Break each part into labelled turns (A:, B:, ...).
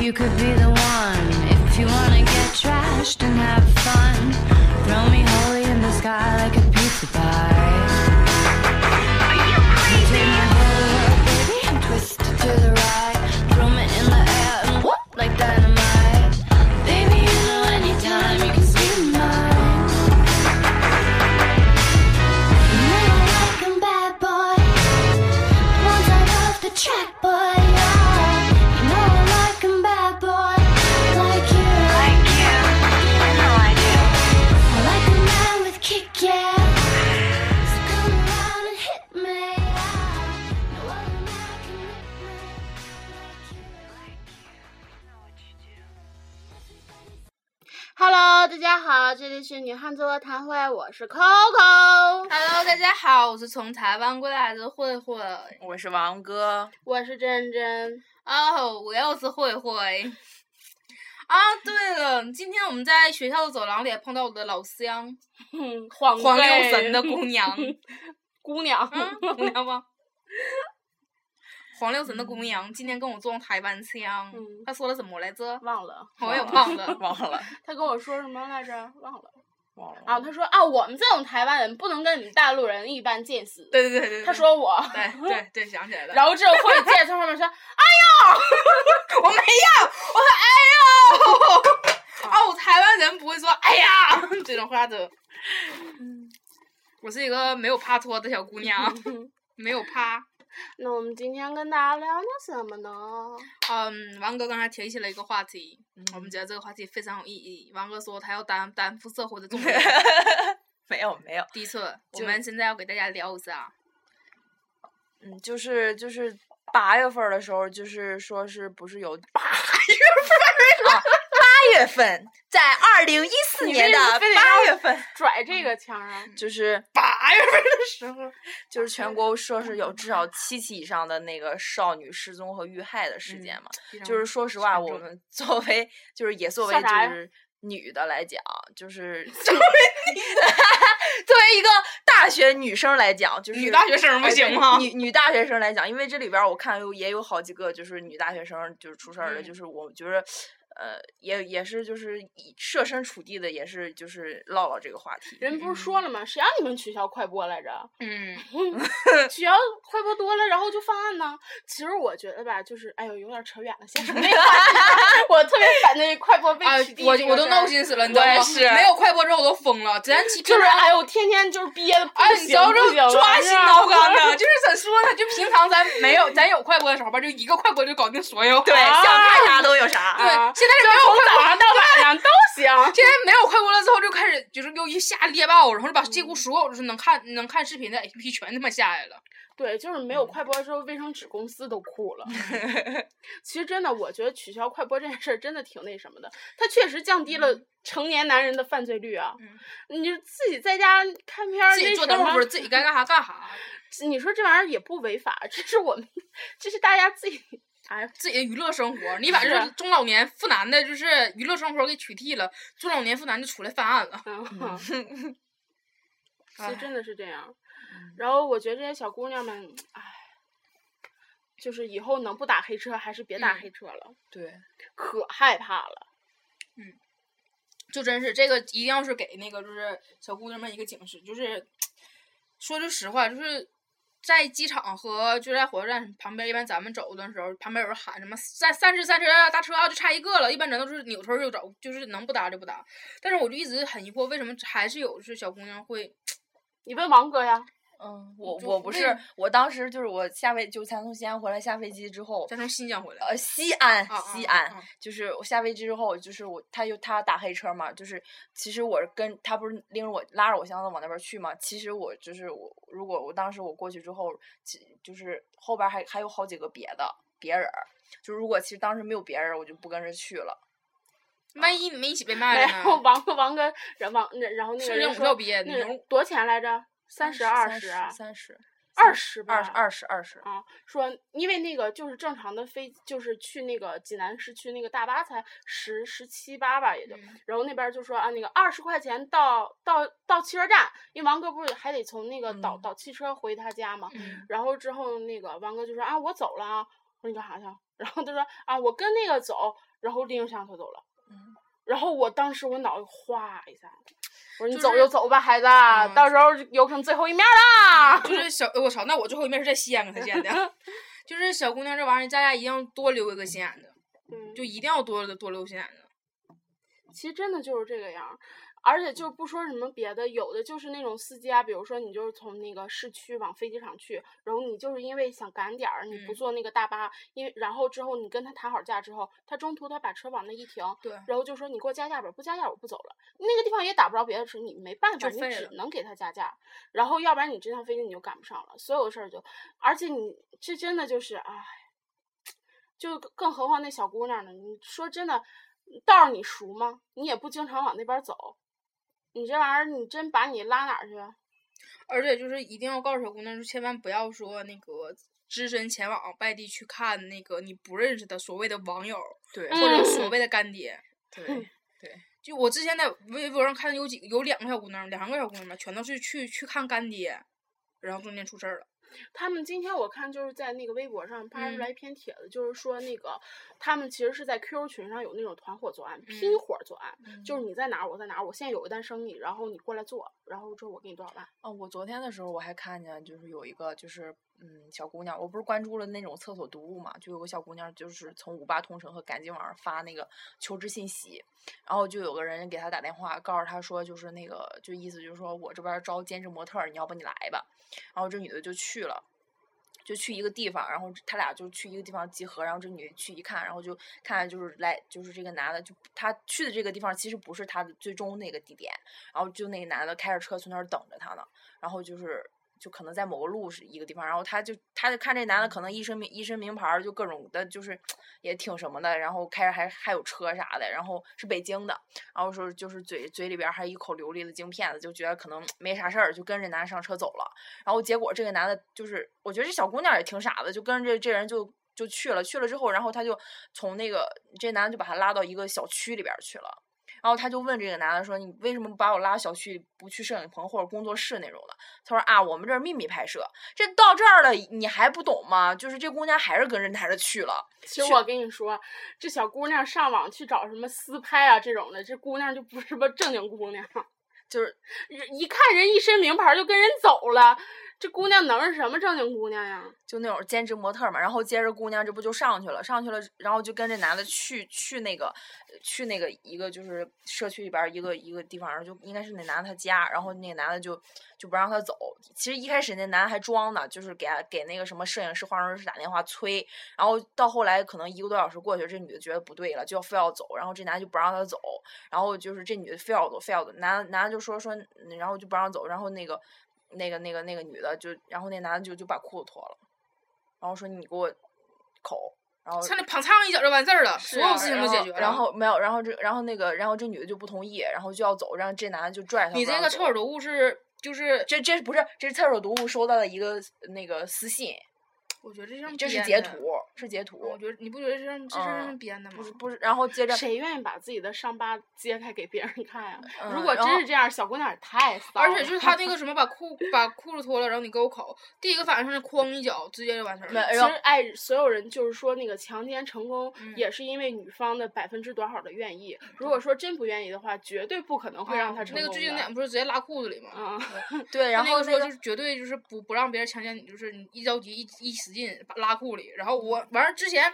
A: You could be the one if you wanna get trashed and have fun. Throw me holy in the sky like a pizza pie. Take my whole baby and twist it to the right. Throw me in the air and whoop like dynamite. Baby, you know anytime you can steal mine. You know I like 'em bad boy. Ones I love the track boy. You know I like 'em bad boy. Like you. Like you. I know I do. I like a man with kick, yeah. So come around and hit me. No other man can rip me. Like you. Like you. know what you do.
B: Hello，大家好，这里是女汉子座谈会，我是 Coco，
C: Hello，大家好，我是从台湾过来的慧慧。
D: 我是王哥，
B: 我是珍珍。
C: 哦，我又是慧慧。啊，对了，今天我们在学校的走廊里还碰到我的老乡，
B: 嗯，黄
C: 黄六
B: 贵
C: 神的姑娘，啊
B: 姑娘，
C: 嗯，姑娘吗？黄六神的姑娘今天跟我撞台湾腔
B: 嗯，
C: 她说了什么来着？
B: 忘了
C: 我也忘了。
D: 忘了，
B: 他跟我说什么来着？忘了
D: 忘了。
B: 啊，他说啊，我们这种台湾人不能跟你们大陆人一般见识。
C: 对对对对对，
B: 他说我，
C: 对对对，想起来 了。
B: 然后这慧姐在后面说，
C: 我没有，我说哎呦，哦，台湾人不会说哎呀这种话的。我是一个没有帕托的小姑娘，没有帕。
B: 那我们今天跟大家聊聊什么呢？
C: 嗯，王哥刚才提起了一个话题，我们觉得这个话题非常有意义。王哥说他要担担负社会的重任。
D: 没有没有，
C: 的确，我
D: 就
C: 们现在要给大家聊一下，
D: 嗯，就是就是八月份儿的时候，就是说是不是有八月份？哦八月份，在二零一四
B: 你
D: 年
B: 为
D: 的
B: 什么非得
D: 八
B: 让
D: 月份，
B: 拽这
C: 嗯
B: 个腔儿啊！
D: 就是
C: 八月份的时候，
D: 就是全国说是有至少七起以上的那个少女失踪和遇害的事件嘛。就是说实话，
C: 沉
D: 我
C: 重
D: 们作为就是也作为
B: 笑
D: 就
B: 啥呀
D: 是女的来讲，就是作为 作为一个大学女生来讲，就是
C: 女大学生不
D: 哎
C: 行
D: 对
C: 吗？
D: 女女大学生来讲，因为这里边儿我看有也有好几个就是女大学生就是出事儿的，
C: 嗯
D: 就是我觉得。呃，也也是，就是以设身处地的，也是就是唠唠这个话题。
B: 人不是说了吗？谁让你们取消快播来着？
C: 嗯，
B: 取消快播多了，然后就犯案呢。其实我觉得吧，就是哎呦，有点扯远了，先说那个话题吧。 我特别反对快播被
C: 啊
B: 取，缔
C: 我
B: 这个
C: 我都
B: 事儿
C: 闹心死了，你知道
D: 我也
C: 吗？
D: 是
C: 没有快播之后我都疯了，咱其
B: 就是
C: 平常
B: 哎呦，天天就是憋的不
C: 哎，你知
B: 行
C: 道
B: 不行了
C: 这抓心
B: 是吧
C: 挠肝的，就是怎说呢？就平常咱没有，咱有快播的时候吧，就一个快播就搞定所有。
D: 对，想看啥都有啥。
C: 对
B: 啊
C: 现在是没有
B: 从早
C: 快播
B: 上到晚上都行。
C: 现在没有快播了之后，就开始就是又一下猎豹，然后就把几
B: 嗯
C: 乎所有就是能看能看视频的 APP 全他妈下来了。
B: 对，就是没
C: 嗯
B: 有快播之后，卫生纸公司都哭 了。其实真的，我觉得取消快播这件事儿真的挺那什么的，它确实降低
C: 嗯
B: 了成年男人的犯罪率啊。你就自己在家看片儿，
C: 自己
B: 那
C: 做
B: 什
C: 豆
B: 么
C: 腐，自己该干啥干啥，
B: 你说这玩意儿也不违法，这是我们，这是大家自己，哎呀，
C: 自己的娱乐生活。你把
B: 是
C: 这中老年妇男的就是娱乐生活给取缔了，中老年妇男就出来犯案了。
B: 嗯， 其实
C: 哎
B: 真的是这样。然后我觉得这些小姑娘们，哎，就是以后能不打黑车还是别打
C: 嗯
B: 黑车了，
D: 对，
B: 可害怕了。
C: 就真是这个一定要是给那个就是小姑娘们一个警示，就是说句实话，就是在机场和就在火车站旁边，一般咱们走的时候，旁边有人喊什么“三三十三十啊，搭车啊，就差一个了”，一般咱都是扭头就走，就是能不搭就不搭。但是我就一直很疑惑，为什么还是有就是小姑娘会
B: 你问王哥呀，
D: 嗯，我
C: 就
D: 我不是
C: 为，
D: 我当时就是我下飞，就是咱从西安回来下飞机之后，
C: 再从新疆回来？
D: 呃，西安
C: 啊，
D: 西
C: 啊啊
D: 安，
C: 啊
D: 就是我下飞机之后，就是我他又他打黑车嘛，就是其实我是跟他不是拎着我拉着我箱子往那边去嘛，其实我就是我如果我当时我过去之后，其就是后边还还有好几个别的别人儿，就如果其实当时没有别人儿，我就不跟着去了。
C: 万一你们一起被卖
D: 哎
C: 了
B: 然后
C: 呢？
B: 王哥王哥，然后王然后那
C: 是
B: 个
C: 不是
B: 人
C: 五票
B: 说，
C: 憋
B: 那
C: 牛？
B: 多少钱来着？三十、二十、啊
D: 三十、
B: 二十吧，
D: 二十、二十、二十，
B: 啊，说因为那个就是正常的飞，就是去那个济南市区那个大巴才十十七八吧，也就，
C: 嗯
B: 然后那边儿就说啊，那个二十块钱到到到汽车站，因为王哥不是还得从那个倒
D: 嗯
B: 倒汽车回他家嘛，
C: 嗯
B: 然后之后那个王哥就说啊，我走了啊， 我说你干啥去啊？然后他说啊，我跟那个走，然后拎着摄像头走了。
D: 嗯
B: 然后我当时我脑袋哗一下，我说你
C: 就
B: 走
C: 是
B: 就走吧，孩子，到时候有可能最后一面
D: 啊
B: 啦。
C: 就是小，哎我操，那我最后一面是在西安跟他见的， 就是小姑娘这玩意儿，大家一定要多留一个心眼子，
B: 嗯，
C: 就一定要多多留心眼子。
B: 其实真的就是这个样儿，而且就不说什么别的，有的就是那种司机啊，比如说你就是从那个市区往飞机场去，然后你就是因为想赶点儿，你不
C: 嗯
B: 坐那个大巴，因为然后之后你跟他谈好价之后，他中途他把车往那一停，
C: 对，
B: 然后就说你给我加价吧，不加价我不走了。那个地方也打不着别的车，你没办法，
C: 就
B: 你
C: 废
B: 只
C: 了
B: 能给他加价。然后要不然你这趟飞机你就赶不上了，所有事儿就，而且你这真的就是唉，就更更何况那小姑娘呢？你说真的，道儿你熟吗？你也不经常往那边走，你这玩意儿你真把你拉哪儿去？啊
C: 而且就是一定要告诉小姑娘，就千万不要说那个只身前往外地去看那个你不认识的所谓的网友
D: 对
B: 嗯
C: 或者所谓的干爹。
D: 对，
C: 就我之前在微博上看有几有两个小姑娘，两个小姑娘吧，全都是去去看干爹，然后中间出事儿了。
B: 他们今天我看就是在那个微博上发出
C: 嗯
B: 来一篇帖子，就是说那个他们其实是在 QQ 群上有那种团伙作案、拼
C: 嗯
B: 伙作案，就是你在哪儿，我在哪儿，我现在有一单生意，然后你过来做，然后之后我给你多少万。
D: 哦，我昨天的时候我还看见，就是有一个就是嗯小姑娘，我不是关注了那种厕所读物嘛，就有个小姑娘就是从五八同城和赶集网上发那个求职信息，然后就有个人给她打电话，告诉她说就是那个就意思就是说我这边儿招兼职模特儿，你要不你来吧，然后这女的就去了。就去一个地方，然后他俩就去一个地方集合，然后这女的去一看，然后就看就是来就是这个男的，就他去的这个地方其实不是他的最终那个地点，然后就那个男的开着车从那儿等着他呢，然后就是就可能在某个路是一个地方，然后他就他就看这男的可能一身名一身名牌儿，就各种的，就是也挺什么的，然后开着还还有车啥的，然后是北京的，然后说就是嘴嘴里边儿还一口流利的京片子，就觉得可能没啥事儿，就跟着男的上车走了，然后结果这个男的就是我觉得这小姑娘也挺傻的，就跟着这这人就。就去了，去了之后，然后他就从那个这男的就把他拉到一个小区里边儿去了，然后他就问这个男的说：“你为什么不把我拉到小区里，不去摄影棚或者工作室那种的？”他说啊，我们这儿秘密拍摄，这到这儿了，你还不懂吗？就是这姑娘还是跟着男的去了，
B: 其实我跟你说，这小姑娘上网去找什么私拍啊这种的，这姑娘就不是什么正经姑娘，
D: 就是
B: 人一看人一身名牌就跟人走了，这姑娘能是什么正经姑娘呀？
D: 就那种兼职模特儿嘛。然后接着姑娘这不就上去了，上去了，然后就跟这男的去去那个去那个一个就是社区里边儿一个一个地方，然后就应该是那男的他家，然后那个男的就就不让他走。其实一开始那男的还装呢，就是给他给那个什么摄影师、化妆师打电话催，然后到后来可能一个多小时过去，这女的觉得不对了，就要非要走，然后这男的就不让她走，然后就是这女的非要走，非要走，男的男的就说说，嗯然后就不让走，然后那个那个那个那个女的就，然后那男的就就把裤子脱了，然后说你给我口，然后
C: 上来砰嚓一脚就完事儿了，所有
D: 哦啊
C: 事情都解决了。
D: 然后然后没有，然后这然后那个然后这女的就不同意，然后就要走，然后这男的就拽她，
C: 你
D: 不
C: 这
D: 让
C: 个
D: 走
C: 臭耳朵物是就是，
D: 这这不是这是厕所读物收到的一个那个私信，
C: 我觉得这像
D: 这是
C: 编
D: 截
C: 的哦
D: 图，是截图。
C: 我觉得你不觉得这像这事儿
D: 嗯
C: 像编的吗
D: 不？是不是，然后接着，
B: 谁愿意把自己的伤疤揭开给别人看呀、如
D: 嗯
B: 果
D: 然
B: 真
D: 后
B: 是这样，小姑娘也太骚了。
C: 而且就是他 那个什么，把裤把裤子脱了，然后你给我口，第一个反应是哐一脚，直接就完事儿
D: 没
C: 了。
B: 其
D: 然后
B: 实，哎，所有人就是说，那个强奸成功
C: 嗯
B: 也是因为女方的百分之多少的愿意。如果说真不愿意的话，绝对不可能会让他成
C: 啊那
B: 功的。
C: 个最经典不是直接拉裤子里吗？
B: 嗯，
D: 对，然
C: 那
D: 后
C: 个
D: 那
C: 说
D: 个
C: 就是绝对就是不不让别人强奸你，就是你一着急一一使劲把拉裤里，然后我完事儿之前，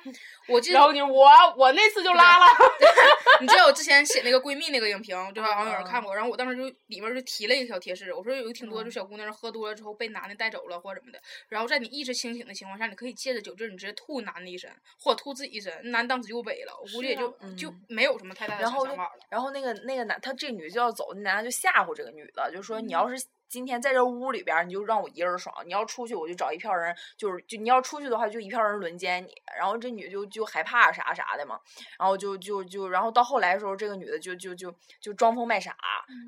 C: 我记
B: 嗯
C: 得
B: 然后你我我那次就拉了，
C: 你知道我之前写那个闺蜜那个影评，就是好像有人看
D: 嗯
C: 过，然后我当时就里面就提了一个小贴士，我说有挺多就小姑娘喝多了之后被男的带走了或者什么的，然后在你意识清醒的情况下，你可以借着酒劲儿你直接吐男的一身，或者吐自己一身，男当时就背了，我估计也
B: 是啊
C: 就、就没有什么太大的
D: 嗯然
C: 想
D: 后
C: 法
D: 就
C: 了。
D: 然后那个那个男，他这个女的就要走，那男的就吓唬这个女的，就说你要是今天在这屋里边儿，你就让我一人儿爽；你要出去，我就找一票人，就是就你要出去的话，就一票人轮奸你。然后这女的就就害怕啥啥的嘛，然后就就就，然后到后来的时候，这个女的就就就就装疯卖傻，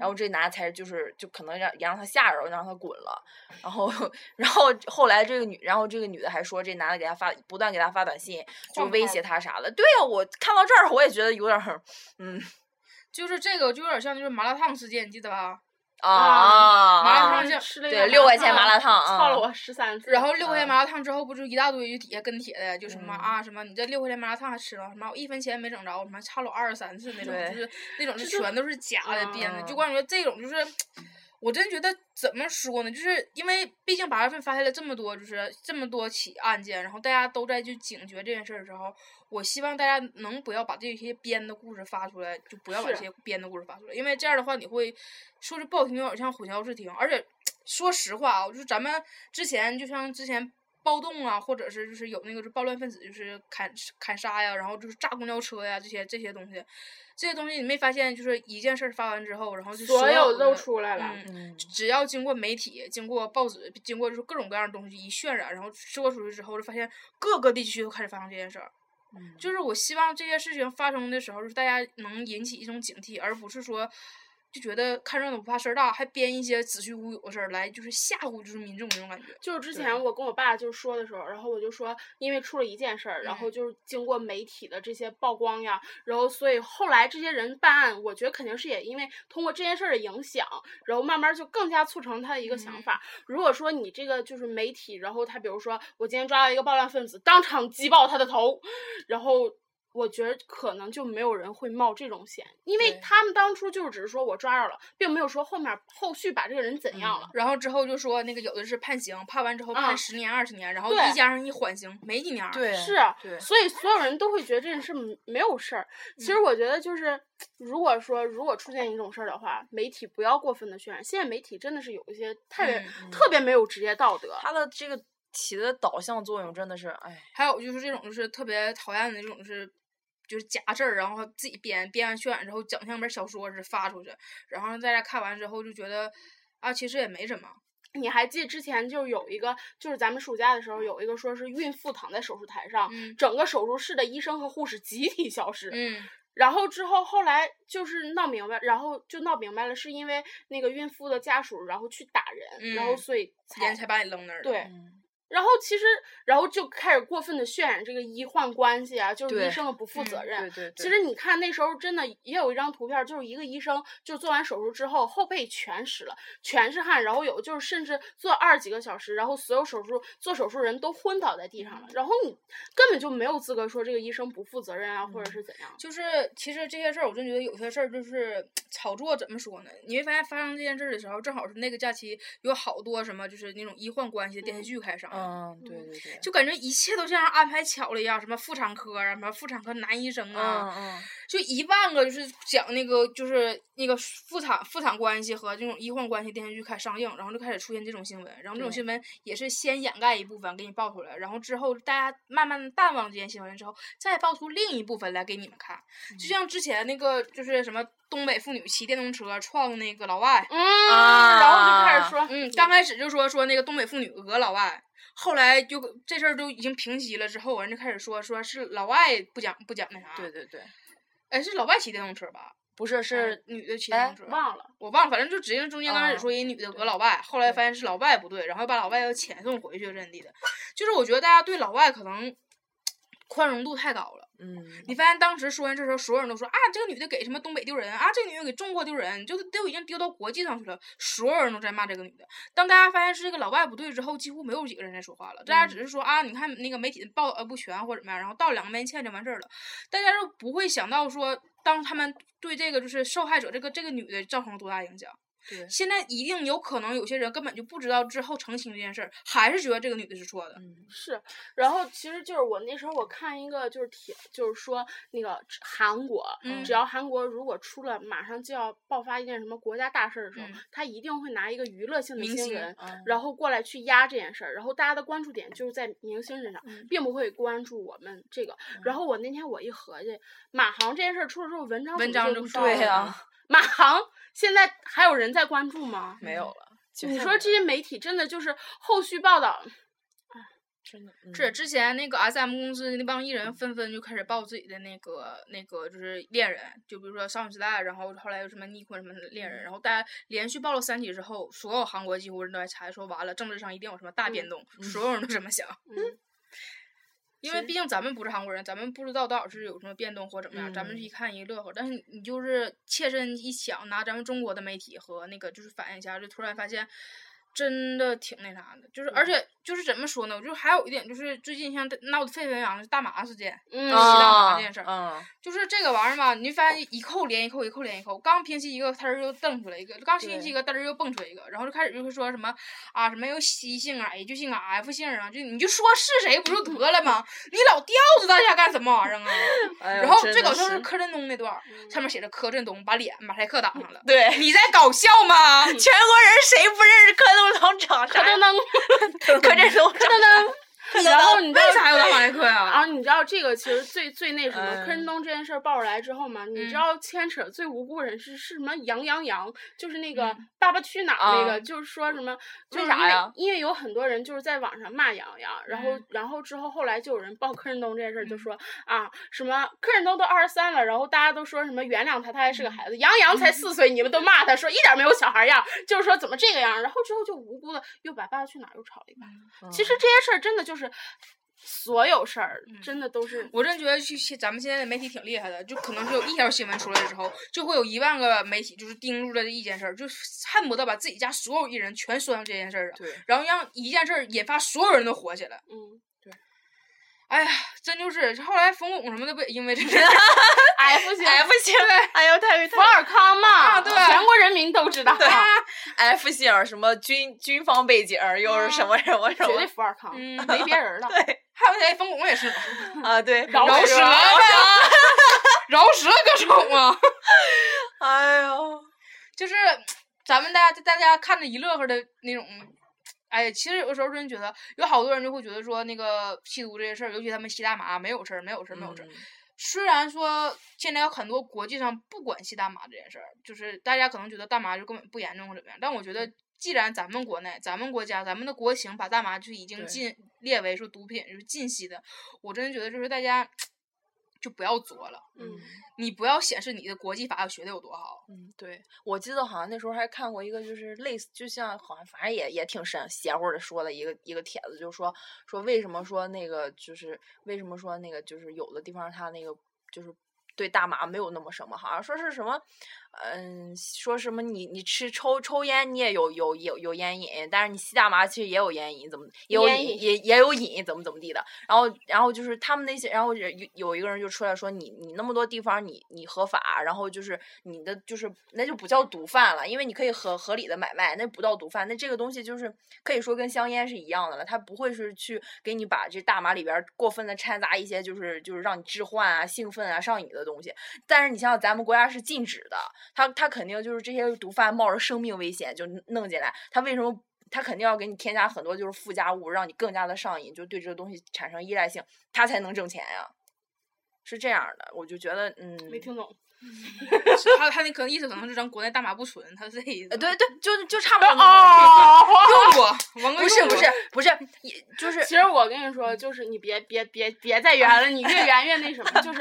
D: 然后这男的才就是就可能让也让他吓着，让他滚了。然后然后后来这个女，然后这个女的还说这男的给她发不断给她发短信，就
C: 晃
D: 威
C: 她
D: 胁她啥的。对呀、我看到这儿我也觉得有点儿，嗯。
C: 就是这个就有点像就是麻辣烫事件，你记得吧？
D: 啊
C: 麻辣
B: 然
C: 烫
B: 后
C: 就
B: 吃了一
D: 对
B: 碗
D: 六块钱麻
B: 烫
D: 辣烫
B: 操了
D: 啊，
B: 我十三次。
C: 然后六块钱麻辣烫之后，不就一大堆就底下跟帖的，就什么
D: 嗯
C: 啊什么，你这六块钱麻辣烫还吃了什么？我一分钱没整着，什么差了我二十三次那种，
D: 对
C: 就是那种是全都是假的编的。就
D: 嗯
C: 关于这种，就是我真觉得怎么说呢？就是因为毕竟八月份发现了这么多，就是这么多起案件，然后大家都在就警觉这件事儿的时候，我希望大家能不要把这些编的故事发出来，就不要把
B: 是
C: 这些编的故事发出来，因为这样的话你会说句不好听的，有点像混淆视听。而且说实话啊，就是咱们之前就像之前暴动啊，或者是就是有那个就暴乱分子，就是砍砍杀呀，然后就是炸公交车呀，这些这些东西，这些东西你没发现，就是一件事儿发完之后，然后就
B: 所有
C: 有
B: 都
C: 的
B: 出来了。
C: 嗯
D: 嗯
C: 只要经过媒体、经过报纸、经过就是各种各样的东西一渲染，然后说出去之后，就发现各个地区都开始发生这件事儿。就是我希望这些事情发生的时候，就是大家能引起一种警惕，而不是说就觉得看热闹不怕事儿大，还编一些子虚乌有的事儿来就是吓唬就是民众那种感觉。
B: 就是之
D: 对
B: 前我跟我爸就说的时候，然后我就说，因为出了一件事儿，然后
C: 嗯
B: 就是经过媒体的这些曝光呀，然后所以后来这些人办案，我觉得肯定是也因为通过这件事儿的影响，然后慢慢就更加促成他的一个想
C: 嗯
B: 法。如果说你这个就是媒体，然后他比如说我今天抓到一个暴乱分子，当场击爆他的头，然后。我觉得可能就没有人会冒这种险，因为
C: 对
B: 他们当初就是只是说我抓着了，并没有说后面后续把这个人怎样了。
C: 然后之后就说那个有的是判刑，判完之
B: 嗯
C: 后判十年二十年，然后
B: 对
C: 一加上一缓刑，没几年儿。
D: 对
B: 是，啊
D: 对
B: 所以所有人都会觉得这件事没没有事儿。其
C: 嗯
B: 实我觉得就是，如果说如果出现一种事儿的话，媒体不要过分的渲染。现在媒体真的是有一些特别、
C: 嗯
B: 特别没有职业道德。
D: 它的这个起的导向作用真的是，哎，
C: 还有就是这种就是特别讨厌的这种就是。就是假事儿，然后自己编编完渲染之后，整像本小说似的发出去，然后让大家看完之后就觉得，啊，其实也没什么，
B: 你还记得之前就有一个，就是咱们暑假的时候有一个说是孕妇躺在手术台上，
C: 嗯
B: 整个手术室的医生和护士集体消失。
C: 嗯，
B: 然后之后后来就是闹明白，然后就闹明白了，是因为那个孕妇的家属然后去打人，然后
C: 嗯
B: 所以才
C: 人才把你扔那儿了。
B: 对。
D: 嗯
B: 然后其实，然后就开始过分的渲染这个医患关系啊，就是医
D: 对
B: 生的不负责
C: 嗯
B: 任。
D: 对对对，
B: 其实你看那时候真的也有一张图片儿，就是一个医生就做完手术之后后背全湿了，全是汗，然后有就是甚至做二十几个小时，然后所有手术做手术人都昏倒在地上
D: 嗯
B: 了，然后你根本就没有资格说这个医生不负责任啊，或者
D: 嗯
B: 是怎样。
C: 就是其实这些事儿，我真觉得有些事儿就是炒作，怎么说呢？你会发现发生这件事儿的时候，正好是那个假期有好多什么就是那种医患关系的电视剧开上了。
D: 嗯，对对对，
C: 就感觉一切都像安排巧了一样，什么妇产科啊，什么妇产科男医生啊，
D: 嗯嗯
C: 就一万个就是讲那个就是那个妇产妇产关系和这种医患关系电视剧开始上映，然后就开始出现这种新闻，然后这种
D: 对
C: 新闻也是先掩盖一部分给你爆出来，然后之后大家慢慢地淡忘这件新闻之后，再爆出另一部分来给你们看，
D: 嗯
C: 就像之前那个就是什么东北妇女骑电动车撞那个老外，
B: 嗯，
D: 啊
B: 然后就开始说，
C: 嗯，刚开始就说说那个东北妇女讹老外，后来就这事儿都已经平息了之后，人就开始说说是老外不讲不讲那啥，
D: 对，对对，
C: 哎是老外骑电动车吧？
D: 不是
C: 还
D: 是
C: 女的骑
D: 哎
C: 电动车，
B: 忘了，
C: 我忘了，反正就直接中间刚开始
D: 啊
C: 说一女的讹老外，后来发现是老外不对，然后把老外又遣送回去阵地的，就是我觉得大家对老外可能宽容度太高了。
D: 嗯
C: 你发现当时说完这时候，所有人都说啊，这个女的给什么东北丢人啊，这个女的给中国丢人，就是都已经丢到国际上去了，所有人都在骂这个女的。当大家发现是这个老外不对之后，几乎没有几个人在说话了，大家只是说、啊，你看那个媒体报道不全或者怎么样，然后道两个面欠就完事儿了，大家就不会想到说，当他们对这个就是受害者这个这个女的造成了多大影响。
D: 对
C: 现在一定有可能有些人根本就不知道之后澄清这件事儿，还是觉得这个女的是错的。
D: 嗯
B: 是，然后其实就是我那时候我看一个就是帖，就是说那个韩国，
C: 嗯
B: 只要韩国如果出了马上就要爆发一件什么国家大事儿的时候，
C: 嗯
B: 他一定会拿一个娱乐性的
C: 明
B: 新
C: 星
B: 人，
D: 嗯
B: 然后过来去压这件事儿，然后大家的关注点就是在明星身上，
C: 嗯
B: 并不会关注我们这个。然后我那天我一合计，马航这件事儿出了之后，文章
C: 文
B: 怎么
C: 章
B: 就不烧
C: 就啊不烧
D: 对啊
B: 了
D: 呀、
B: 呢马航现在还有人在关注吗？
D: 没有了。其
B: 你
D: 实
B: 说这些媒体真的就是后续报道，
D: 真的嗯
C: 是之前那个 S M 公司那帮艺人纷纷就开始爆自己的那个那个就是恋人，就比如说少女时代，然后后来又什么尼坤什么的恋人，然后大家连续爆了三起之后，所有韩国几乎人都在猜说完了，政治上一定有什么大变动，所有人都这么想。
B: 嗯，
C: 因为
B: 其
C: 毕竟咱们不是韩国人，咱们不知道到底是有什么变动或怎么样，咱们是一看一乐呵。但是你就是切身一想，拿咱们中国的媒体和那个就是反映一下，就突然发现。真的挺那啥的，就是而且就是怎么说呢，就是还有一点就是最近像闹得沸沸扬扬的大麻事件，
B: 嗯
C: 洗大麻
D: 啊，
C: 这件事儿
D: 嗯，
C: 就是这个玩意儿嘛，你就发现一扣连一扣，一扣连一扣，刚平息一个，嘚儿又蹦出来一个，刚平息一个，嘚儿又蹦出来一个，然后就开始就会说什么啊，什么有 C 姓啊，H 姓啊，F 姓啊，就你就说是谁不就得了吗？你老吊着大家干什么玩意儿啊？
D: 哎呦
C: 然后
D: 真
C: 最
D: 的
C: 搞笑
D: 是
C: 是柯震东那段儿，上面写着柯震东把脸马赛克挡上了，
D: 对，
C: 你在搞笑吗？
D: 全国人谁不认识柯震东长
B: 可
D: 啥
B: 噔
D: 样？
B: 噔，
D: 柯震东，柯震东，
B: 可然后你知道
C: 为啥要当马赛克呀、
B: 然后你知道这个其实最最那什么，柯震
D: 嗯
B: 东这件事儿爆出来之后嘛，你知
C: 嗯
B: 道牵扯最无辜人是是什么？杨洋洋，就是那个《爸爸去哪儿》那个，
D: 嗯啊
B: 就是说什么？就
D: 为
B: 是
D: 啥
B: 因为
D: 呀
B: 因为有很多人就是在网上骂杨洋，然后
C: 嗯
B: 然后之后后来就有人爆柯震东这件事儿，就
C: 嗯
B: 说啊什么柯震东都二十三了，然后大家都说什么原谅他，他还
D: 嗯
B: 是个孩子，杨洋才四岁，你们都骂他说一点儿没有小孩儿样儿，就是说怎么这个样儿，然后之后就无辜的又把《爸爸去哪儿》又炒了一把。其实这些事儿真的就是，所有事儿真的都是，
C: 我真觉得去现咱们现在的媒体挺厉害的，就可能是有一条新闻出来之后，就会有一万个媒体就是盯住了一件事儿，就是恨不得把自己家所有艺人全说上这件事儿了，
D: 对，
C: 然后让一件事儿引发所有人都火起来。
B: 嗯，
C: 哎呀，真就是后来冯巩什么的不也因为这个 F 型 F 型
D: 哎呦，太
B: 福尔康嘛，
C: 啊对
B: 全国人民都知道，
C: 啊，
D: F 姓什么军军方背景儿，又是什么什么什
B: 绝对
D: 么
B: 福尔康，
C: 嗯
B: 没别人了。
C: 还有谁冯巩也是
D: 啊？对，啊
B: 饶
C: 饶
B: 舌
C: 舌呗，饶舌歌手啊。
D: 哎呦，
C: 就是咱们大家大家看着一乐呵的那种。哎，其实有的时候真觉得，有好多人就会觉得说，那个吸毒这些事儿，尤其他们吸大麻，没有事儿，没有事儿，没有事儿。虽然说现在有很多国际上不管吸大麻这件事儿，就是大家可能觉得大麻就根本不严重或怎么样，但我觉得，既然咱们国内、咱们国家、咱们的国情把大麻就已经
D: 对
C: 禁列为说毒品，就是禁吸的，我真的觉得就是大家就不要作了，
B: 嗯，
C: 你不要显示你的国际法学的有多好，
D: 嗯，对，我记得好像那时候还看过一个，就是类似，就像好像反正也也挺神邪乎的说的一个一个帖子，就是说说为什么说那个就是为什么说那个就是有的地方他那个就是。对大麻没有那么什么，好像说是什么，嗯，说什么你你吃抽抽烟你也有有有有烟瘾，但是你吸大麻其实也有烟瘾，怎么也有
B: 烟
D: 瘾
B: 瘾
D: 也也有瘾，怎么怎么地的。然后，然后就是他们那些，然后有有一个人就出来说你你那么多地方你你合法，然后就是你的就是那就不叫毒贩了，因为你可以合合理的买卖，那不叫毒贩。那这个东西就是可以说跟香烟是一样的了，它不会是去给你把这大麻里边儿过分的掺杂一些就是就是让你致幻啊、兴奋啊、上瘾的东西。但是你想想，咱们国家是禁止的，他他肯定就是这些毒贩冒着生命危险就弄弄进来，他为什么？他肯定要给你添加很多就是附加物，让你更加的上瘾，就对这个东西产生依赖性，他才能挣钱呀、是这样的，我就觉得，嗯，
B: 没听懂，
C: 是他他那可能意思可能是咱国内大麻不纯，他是这意思。
D: 呃，对对，就就差不多那种
B: 啊哦。
C: 用过，王哥
D: 意思。不是
C: 用
D: 不
C: 过
D: 是，不是，也就是
B: 其实我跟你说，就是你别别别别再圆了，你越圆越那什么，就是国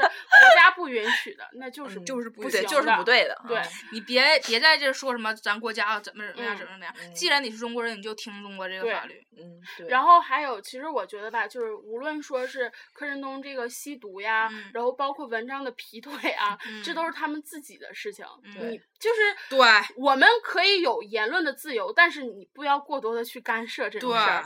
B: 家不允许的，那就是
D: 嗯
C: 就是不
B: 不
C: 行
D: 对，
B: 行
D: 就是
B: 的
D: 不对的，
B: 对
D: 嗯
C: 你别别在这说什么咱国家啊怎么怎么样怎么怎么样。
D: 嗯
C: 既然你是中国人，你就听中国这个
B: 对
C: 法律。
D: 嗯，对。
B: 然后还有，其实我觉得吧，就是无论说是柯震东这个吸毒呀，
C: 嗯
B: 然后包括文章的劈腿啊，这
C: 嗯
B: 都是他们自己的事情。
C: 嗯
B: 你就是
C: 对
B: 我们可以有言论的自由，但是你不要过多的去干涉这种
C: 对
B: 事儿，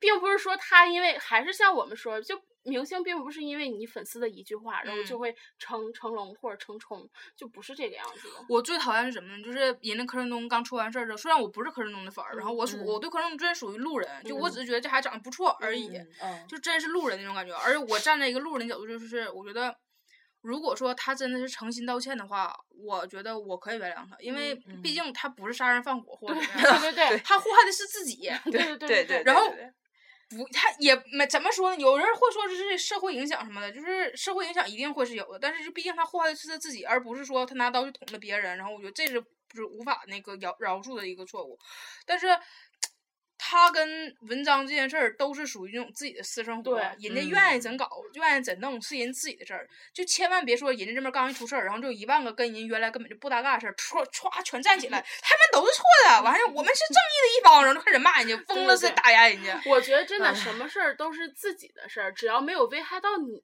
B: 并不是说他因为还是像我们说就。明星并不是因为你粉丝的一句话，然后就
C: 嗯
B: 会成成龙或者成虫，就不是这个样子 的。
C: 我最讨厌是什么呢？就是人家柯震东刚出完事儿之后，虽然我不是柯震东的粉儿，然后我属
D: 嗯
C: 我对柯震东真属于路人，就我
B: 嗯
C: 只是觉得这孩子长得不错而已。
D: 嗯嗯
C: 就真是路人那种感觉。而且我站在一个路人的角度，就是我觉得，如果说他真的是诚心道歉的话，我觉得我可以原谅他，因为
D: 嗯
C: 毕竟他不是杀人放火或者
B: 对
C: 怎么样，
B: 对对对
C: 他祸害的是自己。
B: 对对
D: 对
B: 对
D: 对
C: 然后
D: 对对
C: 不，他也没怎么说呢。有人会说这是社会影响什么的，就是社会影响一定会是有的，但是就毕竟他祸害的是他自己，而不是说他拿刀去捅了别人。然后我觉得这是不是无法那个饶饶恕的一个错误，但是。他跟文章这件事儿都是属于那种自己的私生活，
B: 对
C: 人家
D: 嗯
C: 愿意怎搞、愿意怎弄是人自己的事儿，就千万别说人家这边刚一出事儿，然后就有一万个跟人原来根本就不搭嘎的事儿，歘歘全站起来，他们都是错的，完了我们是正义的一方，然后就开始骂人家，疯了似
B: 对对
C: 的打压人家。
B: 我觉得真的什么事儿都是自己的事儿，只要没有危害到你，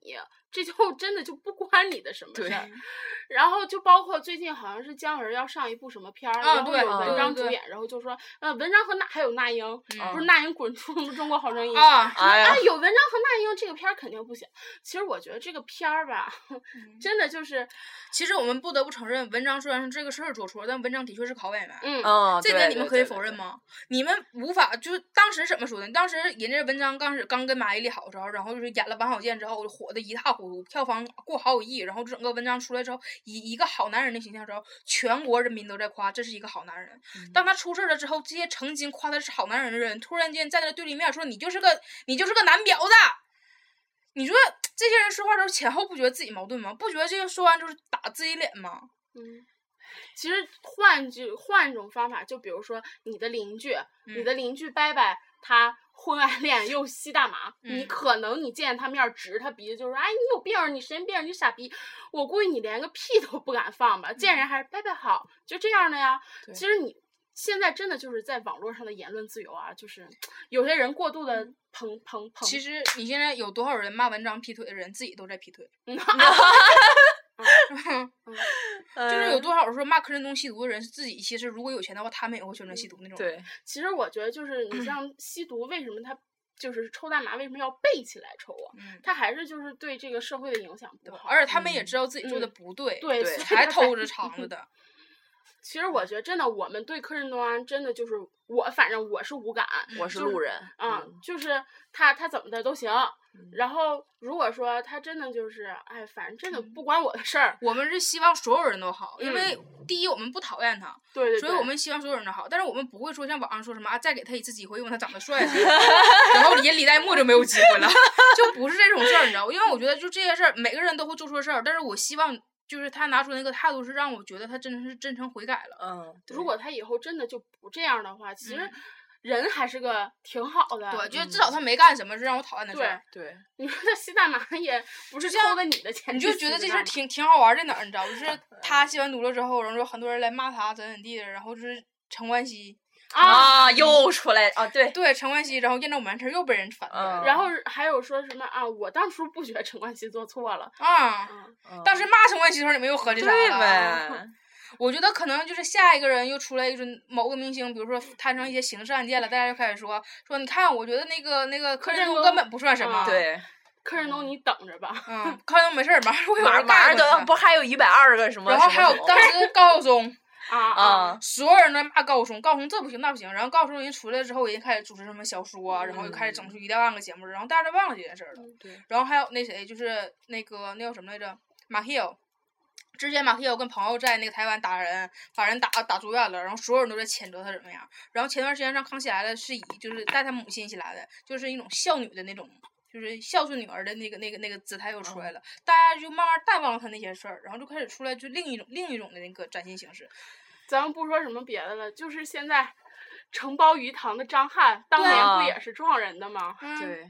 B: 这就真的就不关你的什么事儿。然后就包括最近好像是姜文要上一部什么片儿，
C: 啊
B: 然后
C: 对
B: 有
D: 啊
B: 文章
C: 对
B: 主
C: 对
B: 演，然后就说，呃，文章和那还有那英，
C: 嗯
B: 不是那英滚出中国好声音。
C: 啊，
D: 哎呀
B: 哎，，有文章和那英这个片儿肯定不行。其实我觉得这个片儿吧，
C: 嗯
B: 真的就是，
C: 其实我们不得不承认，文章虽然是这个事儿做错，但文章的确是好演员。
B: 嗯，
D: 嗯，
C: 这
D: 对
C: 点你们
D: 对
C: 可以
D: 对
C: 否
D: 对
C: 认
D: 对
C: 吗？你们无法，就是当时怎么说呢？当时人家文章刚是刚跟马伊琍好的时候，然后就是演了《王小贱》之后，火的一塌糊涂，票房过好几亿，然后整个文章出来之后，以一个好男人的形象之后，全国人民都在夸这是一个好男人。
D: 嗯
C: 当他出事儿了之后，这些曾经夸他是好男人的人，突然间站在对立面说你就是个你就是个男婊子。你说这些人说话的时候前后不觉得自己矛盾吗？不觉得这个说完就是打自己脸吗？
B: 嗯，其实换句换一种方法，就比如说你的邻居，你
C: 嗯
B: 的邻居伯伯他婚外恋又吸大麻，你
C: 嗯
B: 可能你见他面儿指着他鼻子就说：“哎，你有病儿，你神经病儿，你傻逼！”我估计你连个屁都不敢放吧，
C: 嗯
B: 见人还是伯伯好，就这样的呀。
D: 对
B: 其实你现在真的就是在网络上的言论自由啊，就是有些人过度的捧捧捧，
C: 嗯其实你现在有多少人骂文章劈腿的人，自己都在劈腿，
B: 嗯
C: 就是有
D: 嗯
C: 多少说骂柯震东吸毒的人，自己其实如果有钱的话，他们也会选择吸
B: 嗯
C: 毒那种。，
D: 对，
B: 其实我觉得就是
C: 嗯
B: 你像吸毒，为什么他就是抽大麻为什么要背起来抽啊？
C: 嗯，
B: 他还是就是对这个社会的影响不
C: 对吧
B: 好，
C: 而且他们也知道自己做的
B: 嗯
C: 不对，
B: 对
D: 对
B: 所以
C: 才
B: 他
C: 偷着藏 着的。
B: 其实我觉得真的，我们对柯震东啊，真的就是我，反正我是无感，
D: 我是
B: 就
D: 路人，
B: 啊，
C: 嗯
B: 就是他他怎么的都行。然后如果说他真的就是，哎，反正真的
C: 嗯
B: 不关我的事儿，
C: 我们是希望所有人都好，因
B: 嗯
C: 为第一我们不讨厌他，
B: 对对对，
C: 所以我们希望所有人都好，但是我们不会说像网上说什么啊，再给他一次机会，因为他长得 帅什么的，然后人李代沫就没有机会了， 就不是这种事儿，你知道吗？因为我觉得就这些事儿，每个人都会做错事儿，但是我希望就是他拿出那个态度是让我觉得他真的是真诚悔改了。
D: 嗯，
B: 如果他以后真的就不这样的话，其实人还是个挺好的。
C: 嗯对，就是至少他没干什么是让我讨厌的
B: 嗯
C: 事
B: 对
C: 儿，，
D: 对，
B: 你说他吸大麻也不是
C: 像
B: 偷的你的钱，
C: 你就觉得这
B: 吸
C: 事
B: 的
C: 儿
B: 大麻
C: 挺挺好玩儿在哪儿，你知道吗？ 就是他吸完毒了之后，然后有很多人来骂他怎怎地的，然后就是陈冠希，
B: 啊。
D: 啊，又出来啊，对，
C: 对陈冠希，然后验证我完事儿又被人反对，
D: 嗯
B: 然后还有说什么啊？我当初不觉得陈冠希做错了，
C: 啊。
B: 嗯，
C: 当时骂陈冠希的时候，你们又合计啥
D: 对
C: 了？啊
D: 呗，
C: 我觉得可能就是下一个人又出来，就是某个明星，比如说摊上一些刑事案件了，大家就开始说说，你看，我觉得那个那个柯
B: 柯震
C: 震东根
B: 东
C: 本不算什么，
B: 啊，
D: 嗯对，
B: 柯震东，你等着吧。
C: 嗯，柯震东没事儿，马上会有
D: 马
C: 人
D: 上马
C: 干
D: 上都
C: 过
D: 要
C: 去
D: 不还有一百二个什么，
C: 然后还
D: 什么
C: 有当时高晓松，
B: 啊
D: 啊，
C: 所有人都在骂高晓松，高晓松这不行那不行，然后高晓松人出来之后，人家开始主持什么小说啊，然后又开始整出一大万个节目，然后大家都忘了这件事儿了。
D: 嗯对
C: 然后还有那谁，就是那个那叫什么来着，马 hill。之前马 hill 跟朋友在那个台湾打人，把人打打住院了，然后所有人都在谴责他怎么样。然后前段时间上《康熙来了》是以就是带他母亲一起来的，就是一种孝女的那种，就是孝顺女儿的那个那个那个姿态又出
D: 嗯
C: 来了，大家就慢慢淡忘了他那些事儿，然后就开始出来就另一种另一种的那个崭新形式。
B: 咱们不说什么别的了，就是现在承包鱼塘的张翰，当
C: 对
B: 年不
D: 啊
B: 也是撞人的吗？
C: 嗯，
D: 对，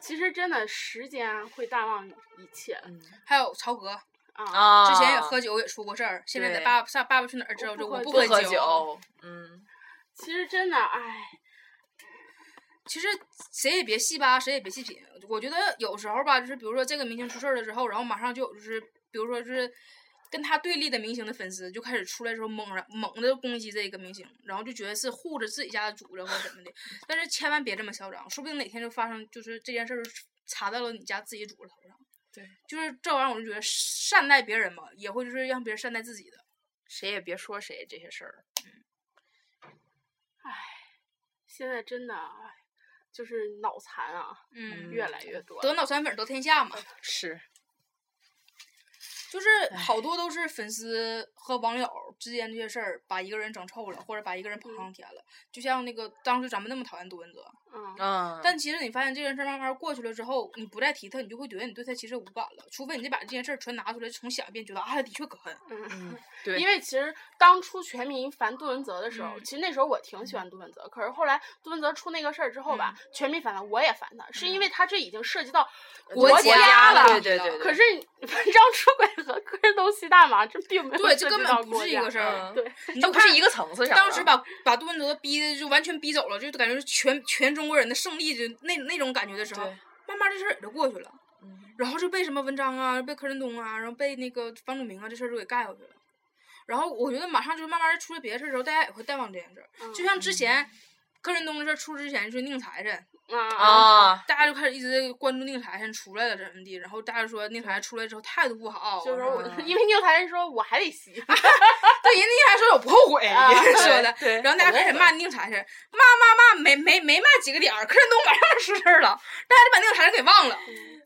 B: 其实真的时间会淡忘一切的
D: 嗯
C: 还有曹格，
B: 啊。
D: 啊，
C: 之前也喝酒也出过事儿，现在在
D: 对
C: 爸爸上《爸爸去哪儿》之后
B: 不
C: 就
B: 喝
C: 我
B: 酒
C: 不
D: 不
C: 喝
D: 喝
C: 酒。
D: 酒，嗯，
B: 其实真的，唉，
C: 其实谁也别细扒，谁也别细品。我觉得有时候吧，就是比如说这个明星出事儿了之后，然后马上就有就是比如说就是跟他对立的明星的粉丝就开始出来之后猛然猛的攻击这个明星，然后就觉得是护着自己家的主子或者怎么的。但是千万别这么嚣张，说不定哪天就发生就是这件事儿查到了你家自己主子头上。
D: 对，
C: 就是这玩意儿，我就觉得善待别人嘛，也会就是让别人善待自己的。
D: 谁也别说谁这些事儿，
B: 现在真的，唉，就是脑残啊，
C: 嗯
B: 越来越多。
C: 得脑残粉儿得天下嘛，
D: 是，
C: 就是好多都是粉丝和网友之间这些事儿，把一个人整臭了，或者把一个人捧上天了。就像那个当时咱们那么讨厌杜文泽，
B: 嗯，
D: 嗯
C: 但其实你发现这件事儿慢慢过去了之后，你不再提它，你就会觉得你对它其实无感了。除非你再把这件事儿全拿出来重想一遍，觉得啊，它的确可恨。
D: 嗯，对，
B: 因为其实当初全民烦杜文泽的时候，
C: 嗯
B: 其实那时候我挺喜欢杜文泽，可是后来杜文泽出那个事儿之后吧，全民烦他，我也烦他，是因为他这已经涉及到
D: 国
B: 家
D: 了，
B: 了。
D: 对对对对，
B: 可是文章出轨和个人东西大麻，这并没有
C: 对，
B: 涉
C: 这
B: 及
C: 根
B: 到
C: 本不
B: 国
C: 是一
B: 家
C: 个事儿啊
D: 嗯。
B: 对，
C: 你
D: 它
C: 就
D: 不是
C: 看
D: 一个层次上的。
C: 当时把把杜文泽逼的就完全逼走了，就感觉是全全中国人的胜利，就那那种感觉的时候
D: 对，
C: 慢慢这事儿也就过去了。
D: 嗯
C: 然后就被什么文章啊，被柯震东啊，然后被那个房祖名啊，这事儿就给盖过去了。然后我觉得马上就是慢慢出了别的事儿之后，大家也会淡忘这件事儿。
B: 嗯
C: 就像之前柯震东的事儿出之前是宁财神，
B: 啊
D: 啊，
C: 大家就开始一直关注宁财神出来了怎么地，然后大家就说宁财神出来之后态度不好，
B: 嗯
C: 啊
B: 就是说我
C: 然后，
B: 因为宁财神说我还得 吸，
C: 对人宁财神说我不后悔，
B: 啊
C: 人家 说的，
D: 对
C: 然后大家开始骂宁财神，骂骂骂，没没没骂几个点儿，柯震东马上就出事儿了，大家就把宁财神给忘了。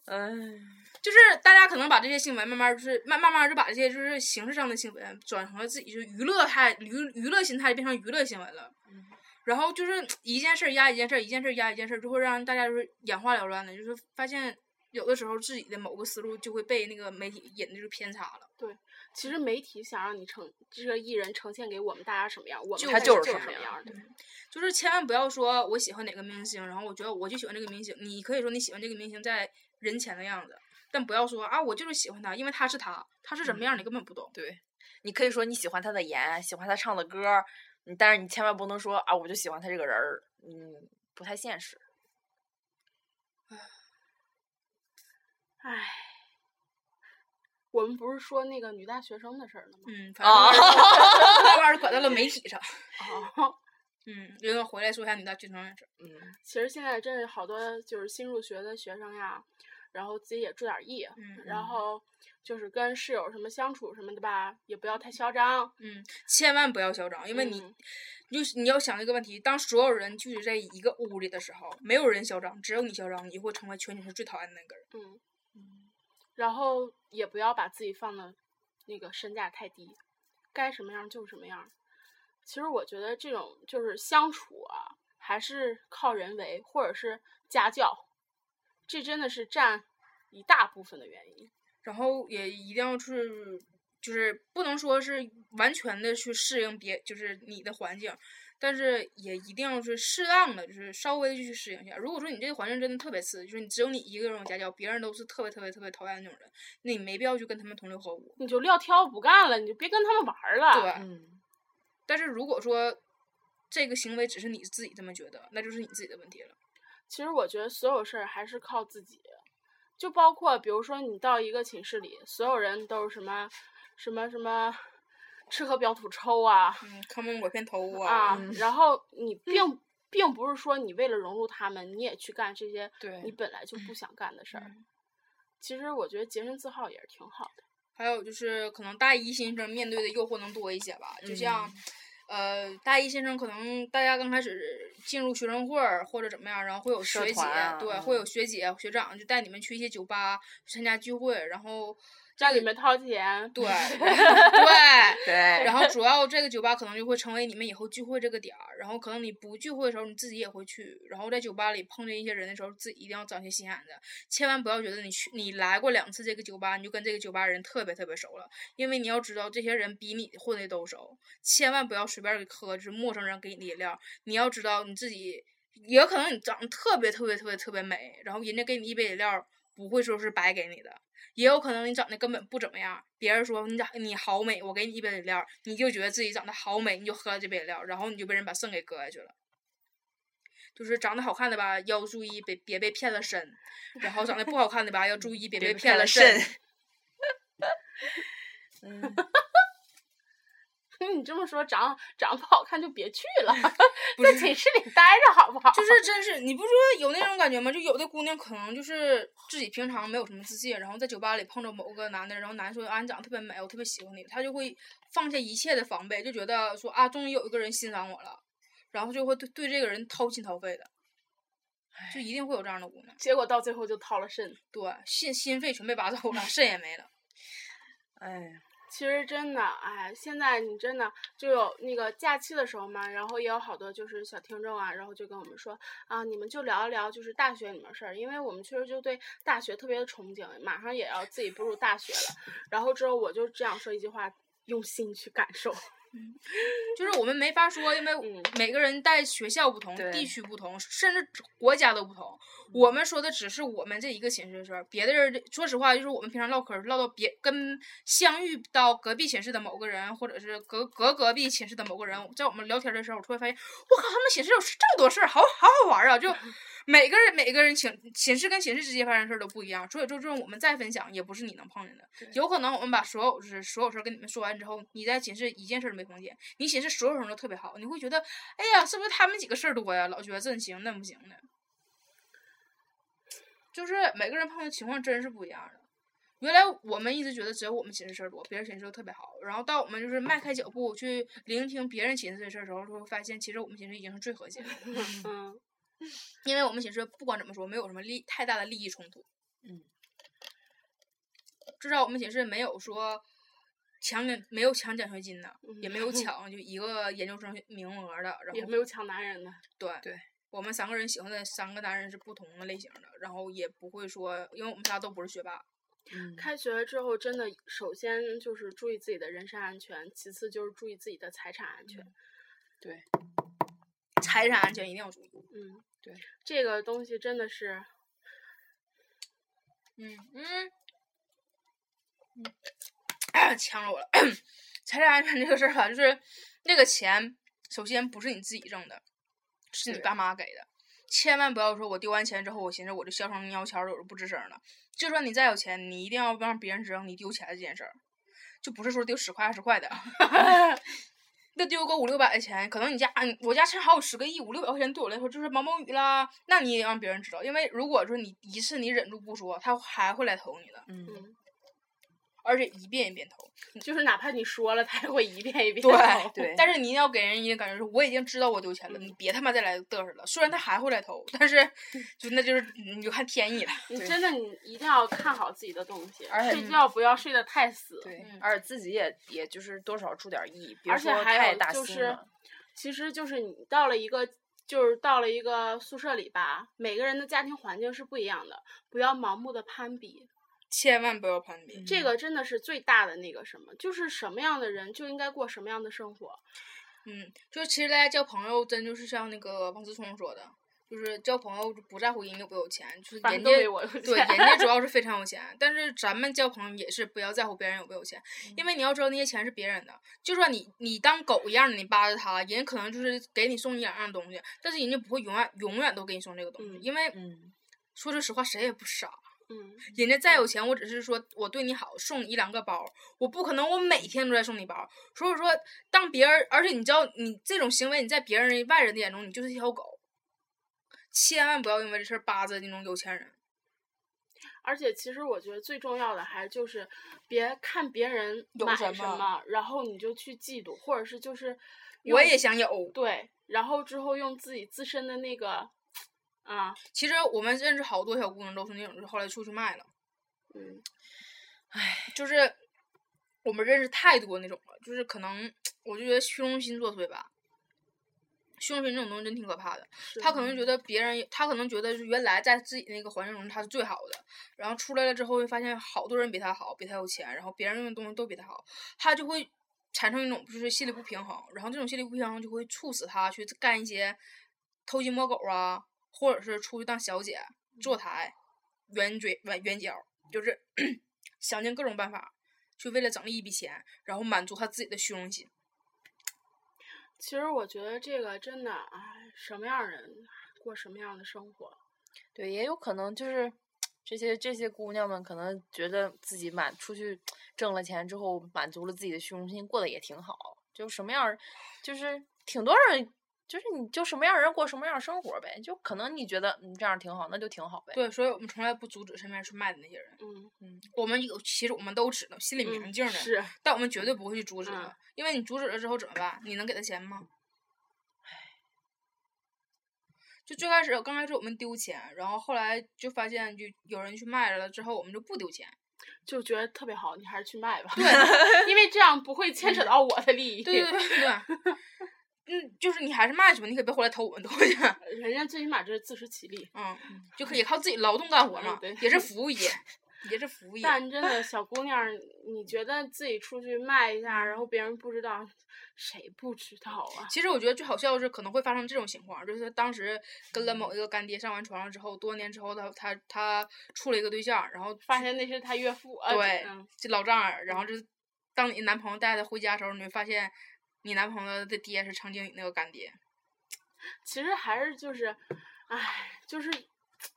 D: 嗯，
C: 就是大家可能把这些新闻慢慢就是慢慢慢就把这些就是形式上的新闻转成了自己就是娱乐态娱娱乐心态变成娱乐新闻了，
D: 嗯
C: 然后就是一件事儿压一件事儿，一件事儿压一件事儿，就会让大家就是眼花缭乱的，就是发现有的时候自己的某个思路就会被那个媒体引的就偏差了。
B: 其实媒体想让你呈这个艺人呈现给我们大家什么样，我们
C: 就
B: 看
C: 他
B: 就
D: 就是
B: 什
D: 什么
B: 么
D: 样
B: 样儿。对，
C: 就是千万不要说我喜欢哪个明星，然后我觉得我就喜欢这个明星。你可以说你喜欢这个明星在人前的样子，但不要说啊我就是喜欢他，因为他是他，他是什么样儿你
B: 嗯
C: 根本不懂。
D: 对，你可以说你喜欢他的颜，喜欢他唱的歌儿，你但是你千万不能说啊，我就喜欢他这个人儿，嗯，不太现实。
B: 唉，我们不是说那个女大学生的事儿了吗？
C: 嗯，反正就是慢慢儿拐到了媒体上。
B: 哦，
C: 嗯，刘总回来说一下你的剧情的事儿。
D: 嗯，
B: 其实现在真是好多就是新入学的学生呀，然后自己也注点儿意，
C: 嗯
B: 然后就是跟室友什么相处什么的吧，也不要太嚣张。
C: 嗯，千万不要嚣张，因为你，
B: 嗯
C: 就是你要想一个问题，当所有人聚集在一个屋里的时候，没有人嚣张，只有你嚣张，你会成为全寝室最讨厌的那个人。
B: 嗯，然后也不要把自己放的那个身价太低，该什么样就什么样。其实我觉得这种就是相处啊，还是靠人为或者是家教，这真的是占一大部分的原因。
C: 然后也一定要是，就是不能说是完全的去适应别，就是你的环境，但是也一定要是适当的，就是稍微去适应一下。如果说你这个环境真的特别次，就是你只有你一个人有家教，别人都是特别特别特别讨厌的那种人，那你没必要去跟他们同流合污。
B: 你就撂挑不干了，你就别跟他们玩儿了。
C: 对，
D: 嗯，
C: 但是如果说这个行为只是你自己这么觉得，那就是你自己的问题了。
B: 其实我觉得所有事儿还是靠自己，就包括比如说你到一个寝室里，所有人都是什么什么什么吃喝嫖赌抽啊
C: 嗯，看门我偏头
B: 啊
C: 啊，，
B: 然后你并并不是说你为了融入他们，你也去干这些
D: 对
B: 你本来就不想干的事儿。
C: 嗯
B: 其实我觉得洁身自好也是挺好的。
C: 还有就是可能大一新生面对的诱惑能多一些吧，就像。
D: 嗯
C: 呃，大一新生可能大家刚开始进入学生会儿或者怎么样，然后会有
D: 社
C: 学姐，
D: 团啊
C: 对，
D: 嗯
C: 会有学姐学长就带你们去一些酒吧参加聚会，然后
B: 家里面掏钱，
C: 对对，
D: 对，
C: 然
D: 后
C: 后主要这个酒吧可能就会成为你们以后聚会这个点儿，然后可能你不聚会的时候你自己也会去，然后在酒吧里碰见一些人的时候，自己一定要长些心眼子，千万不要觉得你去你来过两次这个酒吧，你就跟这个酒吧人特别特别熟了，因为你要知道这些人比你混的都熟，千万不要随便喝就是陌生人给你的饮料，你要知道你自己，也有可能你长得特别特别特别特别美，然后人家给你一杯饮料不会说是白给你的，也有可能你长得根本不怎么样，别人说你长你好美，我给你一杯饮料，你就觉得自己长得好美，你就喝了这杯饮料，然后你就被人把肾给割下去了。就是长得好看的吧，要注意别别被骗了身；然后长得不好看的吧，要注意别
D: 别
C: 被
D: 被
C: 骗
D: 骗
C: 了
D: 了
C: 肾。
D: 嗯，
B: 你这么说长长得不好看就别去了，
C: 不
B: 在
C: 是
B: 寝室里待着好不好？
C: 就是真是，你不说有那种感觉吗？就有的姑娘可能就是自己平常没有什么自信，然后在酒吧里碰着某个男的，然后男说啊你长得特别美，我特别喜欢你，她就会放下一切的防备，就觉得说啊终于有一个人欣赏我了，然后就会对对这个人掏心掏肺的，就一定会有这样的姑娘，
B: 结果到最后就掏了肾。
C: 对心心肺全被拔走了，肾也没了。
D: 哎呀，
B: 其实真的，哎，现在你真的就有那个假期的时候嘛，然后也有好多就是小听众啊，然后就跟我们说啊，你们就聊一聊就是大学里面的事儿，因为我们确实就对大学特别的憧憬，马上也要自己步入大学了。然后之后我就只想说一句话，用心去感 受。
C: 就是我们没法说，因为
B: 嗯
C: 每个人在学校不同、
D: 对
C: 地区不同，甚至国家都不同。我们说的只是我们这一个寝室的事儿，别的人说实话，就是我们平常唠嗑儿唠到别跟相遇到隔壁寝室的某个人，或者是隔隔隔壁寝室的某个人，在我们聊天儿的时候，我突然发现，我靠，他们寝室有这么多事儿，好好好玩儿啊！就每个人每个人寝寝室跟寝室之间发生的事儿都不一样，所以就这种我们再分享，也不是你能碰见的。有可能我们把所有就是所有事儿跟你们说完之后，你在寝室一件事儿都没碰见，你寝室所有人都特别好，你会觉得，哎呀，是不是他们几个事儿多呀？老觉得这行那不行的，就是每个人碰到情况真是不一样的。原来我们一直觉得只有我们寝室事儿多，别人寝室都特别好。然后到我们就是迈开脚步去聆听别人寝室的事儿的时候，就会发现其实我们寝室已经是最和谐的了，
B: 嗯，
C: 因为我们寝室不管怎么说，没有什么利太大的利益冲突。
D: 嗯，
C: 至少我们寝室没有说抢奖，没有抢奖学金的，也没有抢就一个研究生名额的，然
B: 嗯也
C: 后
B: 没有抢男人的。
C: 对
D: 对，
C: 我们三个人喜欢的三个男人是不同的类型的，然后也不会说，因为我们仨都不是学霸，
D: 嗯
B: 开学之后，真的首先就是注意自己的人身安全，其次就是注意自己的财产安全。
C: 嗯财产安全一定要注意。
B: 嗯，
D: 对，
B: 这个东西真的是，
C: 嗯嗯，嗯呛着我了。财产安全这个事儿吧，就是那个钱，首先不是你自己挣的，是你
D: 对
C: 爸妈给的。千万不要说我丢完钱之后，我寻思我就消成尿签儿了，我就不吱声儿了。就算你再有钱，你一定要让别人知道你丢钱这件事儿，就不是说丢十块二十块的，那丢个五六百的钱，可能你家你我家甚至还有十个亿，五六百块钱对我来说就是毛毛雨啦。那你也让别人知道，因为如果说你一次你忍住不说，他还会来投你的，
D: 嗯，
B: 嗯，
C: 而且一遍一遍投。
B: 就是哪怕你说了，他也会一遍一遍
C: 对
B: 地
D: 对嗯
C: 但是你一定要给人一个感觉是，我已经知道我丢钱了，你别他妈再来嘚瑟了。虽然他还会来偷，但是就那就是你就看天意了。
B: 你
D: 对
B: 真的，你一定要看好自己的东西，
D: 而且
B: 睡觉不要睡得太死。
D: 对
C: 嗯，
D: 而且自己也也就是多少注点儿意，别
B: 而且
D: 说
B: 还
D: 太
B: 有
D: 大
B: 就
D: 心
B: 是
D: 了。，
B: 其实就是你到了一个，就是到了一个宿舍里吧，每个人的家庭环境是不一样的，不要盲目的攀比，
C: 千万不要攀
D: 嗯
C: 比。
B: 这个真的是最大的那个什么，就是什么样的人就应该过什么样的生活。
C: 嗯，就是其实大家交朋友，真就是像那个王思聪说的，就是交朋友就不在乎人家有没有钱，就是
B: 反
C: 人
B: 正
C: 家
B: 都比我 有
C: 对
B: 钱
C: 人家主要是非常有钱，但是咱们交朋友也是不要在乎别人有没有钱，
B: 嗯
C: 因为你要知道那些钱是别人的，就算你你当狗一样的你扒着他，人家可能就是给你送一两样东西，但是人家不会永远永远都给你送这个东西，
B: 嗯
C: 因为
D: 嗯，
C: 说句实话，谁也不傻。
B: 嗯，
C: 人家再有钱，我只是说我对你好，送你一两个包，我不可能我每天都在送你包。所以说，当别人，而且你知道，你这种行为，你在别人外人的眼中，你就是一条狗。千万不要因为这事儿扒着那种有钱人。
B: 而且其实我觉得最重要的还就是别看别人
C: 有
B: 买
C: 什
B: 什
C: 么
B: 么，然后你就去嫉妒，或者是就是
C: 我
B: 用
C: 也想有。
B: 对，然后之后用自己自身的那个啊，
C: 其实我们认识好多小姑娘都是那种，就是后来出去卖了，
B: 嗯，
C: 就是我们认识太多那种了，就是可能我就觉得虚荣心作祟吧。虚荣心这种东嗯西真挺可怕的。
B: 是
C: 他可能觉得别人，他可能觉得是原来在自己那个环境中他是最好的，然后出来了之后会发现好多人比他好，比他有钱，然后别人用的东西都比他好，他就会产生一种就是心理不平衡，然后这种心理不平衡就会促使他去干一些偷鸡摸狗啊，或者是出去当小姐、坐台、圆嘴、圆圆角，就是 想尽各种办法去为了整一笔钱，然后满足他自己的虚荣心。
B: 其实我觉得这个真的，哎，什么样儿人过什么样的生活，
D: 对，也有可能就是这些这些姑娘们可能觉得自己满出去挣了钱之后，满足了自己的虚荣心，过得也挺好。就什么样儿，就是挺多人，就是你就什么样儿人过什么样儿生活呗。就可能你觉得嗯这样儿挺好，那就挺好呗。
C: 对，所以我们从来不阻止身边去卖的那些人。
B: 嗯，
C: 我们有，其实我们都知道，心里明
B: 嗯
C: 镜儿的，
B: 是，
C: 但我们绝对不会去阻止他，
B: 嗯
C: 因为你阻止了之后怎么办？你能给他钱吗？就最开始，刚开始我们丢钱，然后后来就发现，就有人去卖了之后，我们就不丢钱，
B: 就觉得特别好，你还是去卖吧。对，因为这样不会牵扯到我的利益。
C: 嗯对对对对。嗯，就是你还是卖去吧，你可别回来偷我们东西。
B: 人家最起码这是自食其力。
C: 嗯，就可以靠自己劳动干活嘛
B: 嗯对，
C: 也是服务业，也是服务业。
B: 但真的，小姑娘儿，你觉得自己出去卖一下，然后别人不知道，谁不知道啊？
C: 其实我觉得最好笑的是，可能会发生这种情况，就是当时跟了某一个干爹上完床了之后，多年之后他他他处了一个对象，然后
B: 发现那是她岳父啊，
C: 对
B: 嗯
C: 这老丈人，然后就是当你男朋友带他回家的时候，你会发现你男朋友的爹是曾经你那个干爹。
B: 其实还是就是，唉，就是。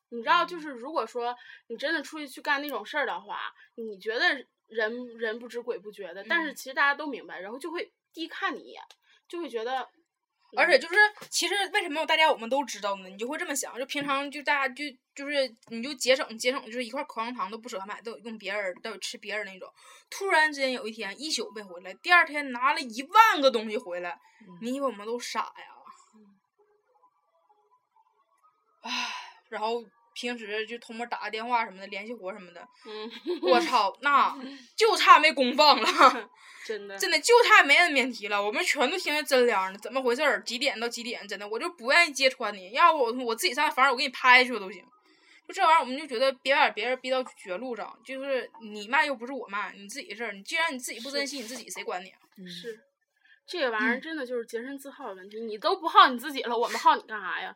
B: 你知道，就是如果说你真的出去去干那种事儿的话，你觉得人人不知鬼不觉的，但是
C: 嗯
B: 其实大家都明白，然后就会低看你一眼，就会觉得，
C: 而且就是，其实为什么大家我们都知道呢？你就会这么想，就平常就大家就就是，你就节省节省，就是一块口香糖都不舍得买，都有用别人，都有吃别人那种。突然之间有一天一宿没回来，第二天拿了一万个东西回来，你以为我们都傻呀？唉，然后平时就偷摸打个电话什么的，联系活什么的，
B: 嗯，
C: 我操，那就差没公放了。
B: 真的，
C: 真的就差没摁免提了，我们全都听见真凉的，怎么回事儿？几点到几点？真的，我就不愿意揭穿你，要不我我自己上房儿，我给你拍去都行。就这玩意儿，我们就觉得别把别人逼到绝路上，就是你卖又不是我卖，你自己的事儿，你既然你自己不珍惜你自己，谁管你啊？
B: 是，这个玩意儿真的就是洁身自好的问题。你都不好你自己了，我们好你干啥呀？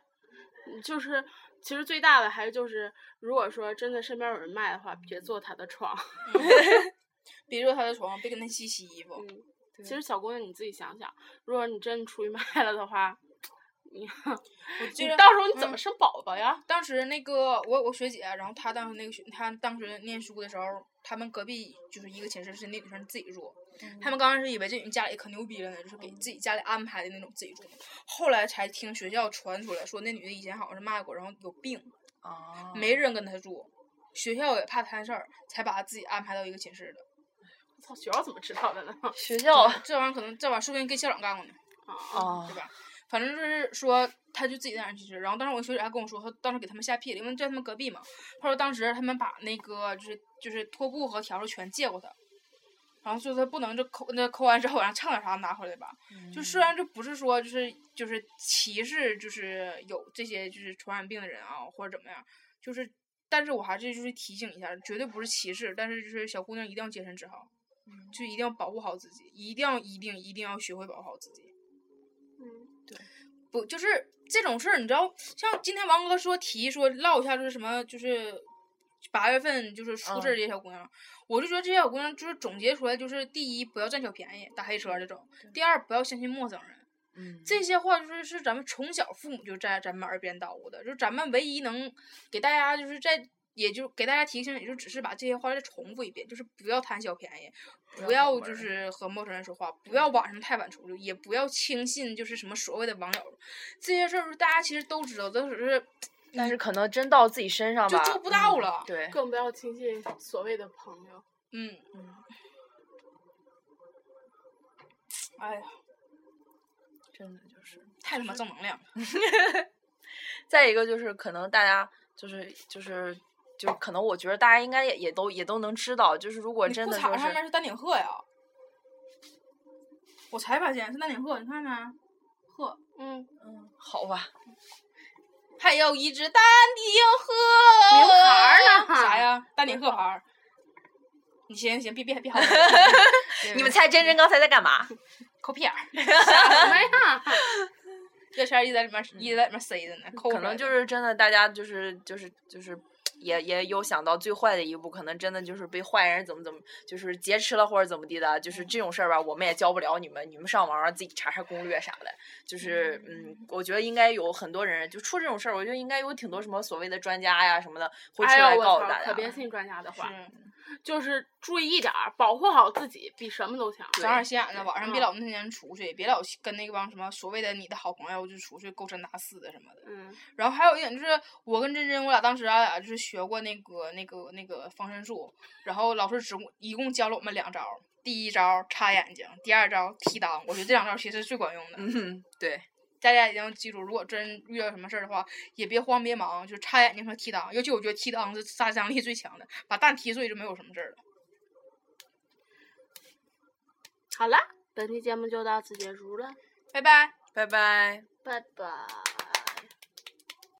B: 嗯就是，其实最大的还是就是，如果说真的身边有人卖的话，别坐他的床。
C: 别坐他的床，别跟他洗洗衣服。
B: 嗯，其实小姑娘你自己想想，如果你真的出去卖了的话，你
C: 我记
B: 你
C: 得
B: 到时候你怎
C: 嗯
B: 么生宝宝呀？
C: 当时那个我我学姐，然后她当时那个学，她当时念书的时候，她们隔壁就是一个寝室是那女生自己住，
D: 嗯
C: 她们刚开始以为这女家里可牛逼了呢，就是给自己家里安排的那种自己住，后来才听学校传出来说那女的以前好像是卖过，然后有病，
D: 啊，
C: 没人跟她住，学校也怕摊事儿，才把她自己安排到一个寝室的。
B: 我操，学校怎么知道的呢？
D: 学校
C: 这玩意儿可能这玩意儿说不定跟校长干过呢。
A: 哦
D: 啊
C: 对吧？反正就是说，他就自己在那儿去吃。然后当时我学姐还跟我说，她当时给他们下屁了，因为在他们隔壁嘛。她说当时他们把那个就是就是拖布和笤帚全借过他，然后说他不能就抠那抠完之后，然后唱点啥拿回来吧。就虽然这不是说就是就是歧视，就是有这些就是传染病的人啊，或者怎么样，就是但是我还是就是提醒一下，绝对不是歧视，但是就是小姑娘一定要洁身自好，就一定要保护好自己，一定要一定一定要学会保护好自己。
B: 嗯
C: 不就是这种事儿，你知道，像今天王哥说提说唠一下，就是什么，就是八月份就是出
D: 嗯
C: 事儿这些小姑娘，我就觉得这些小姑娘就是总结出来，就是第一不要占小便宜，打黑车这种；第二不要相信陌生人。
D: 嗯
C: 这些话就是是咱们从小父母就在咱们耳边叨咕的，就是咱们唯一能给大家就是在。也就给大家提醒，也就只是把这些话再重复一遍，就是不要贪小便宜，
D: 不
C: 不
D: 要
C: 要就
D: 和陌生
C: 是和陌生人说话，不要晚上太晚出去，也不要轻信就是什么所谓的网友，这些事儿大家其实都知道，都只是
D: 但是可能真到自己身上
C: 就
D: 吧，
C: 做不到
D: 嗯
C: 了
D: 对，
B: 更不要轻信所谓的朋友。
C: 嗯，哎呀，
D: 真的就是。
C: 太他妈正能量了，
D: 再一个就是可能大家就是就是就可能我觉得大家应该也也都也都能知道，就是如果
C: 你
D: 真
C: 裤
D: 的
C: 衩
D: 就
C: 上
D: 是
C: 面是丹顶鹤呀，我才发现是丹顶鹤，你看没？鹤，
B: 嗯，
D: 嗯好吧，，
C: 还有一只丹顶鹤，哦
B: 名牌儿呢
C: 啥呀？丹顶鹤牌儿。你行行，别别别好
D: 你们猜真真刚才在干嘛？
C: 抠屁眼儿，
B: 什么呀？
C: 这钱儿一直在里面，一直在里面塞着呢，抠
D: 可
C: 出来
D: 能就
C: 的
D: 是真的，大家就是就是就是。也也有想到最坏的一步，可能真的就是被坏人怎么怎么，就是劫持了或者怎么地的，就是这种事儿吧，我们也教不了你们，你们上网上自己查查攻略啥的。就是嗯，我觉得应该有很多人就出这种事儿，我觉得应该有挺多什么所谓的专家呀什么的会出
B: 哎
D: 来
B: 呦，我
D: 告
B: 操
D: 诉大！家
B: 可。别信专家的话，
C: 是
B: 就是注意一点儿，保护好自己比什么都强。
C: 长点心眼子，晚上别
B: 嗯
C: 老那些人出去，别老跟那帮什么所谓的你的好朋友就出去勾三搭四的什么的。
B: 嗯，
C: 然后还有一点就是，我跟珍珍，我俩当时俺、俩就是学过那个那个那个防身术，然后老师只共一共教了我们两招，
D: 嗯
C: 第一招插眼睛，第二招踢裆。我觉得这两招其实是最管用的。
D: 嗯，对，
C: 大家一定要记住，如果真遇到什么事儿的话，也别慌别忙，就擦眼睛和踢裆，尤其我觉得踢裆是杀伤力最强的，把蛋踢碎就没有什么事儿了。
B: 好了，本期节目就到此结束了，
C: 拜拜。
D: 拜拜。
B: 拜拜。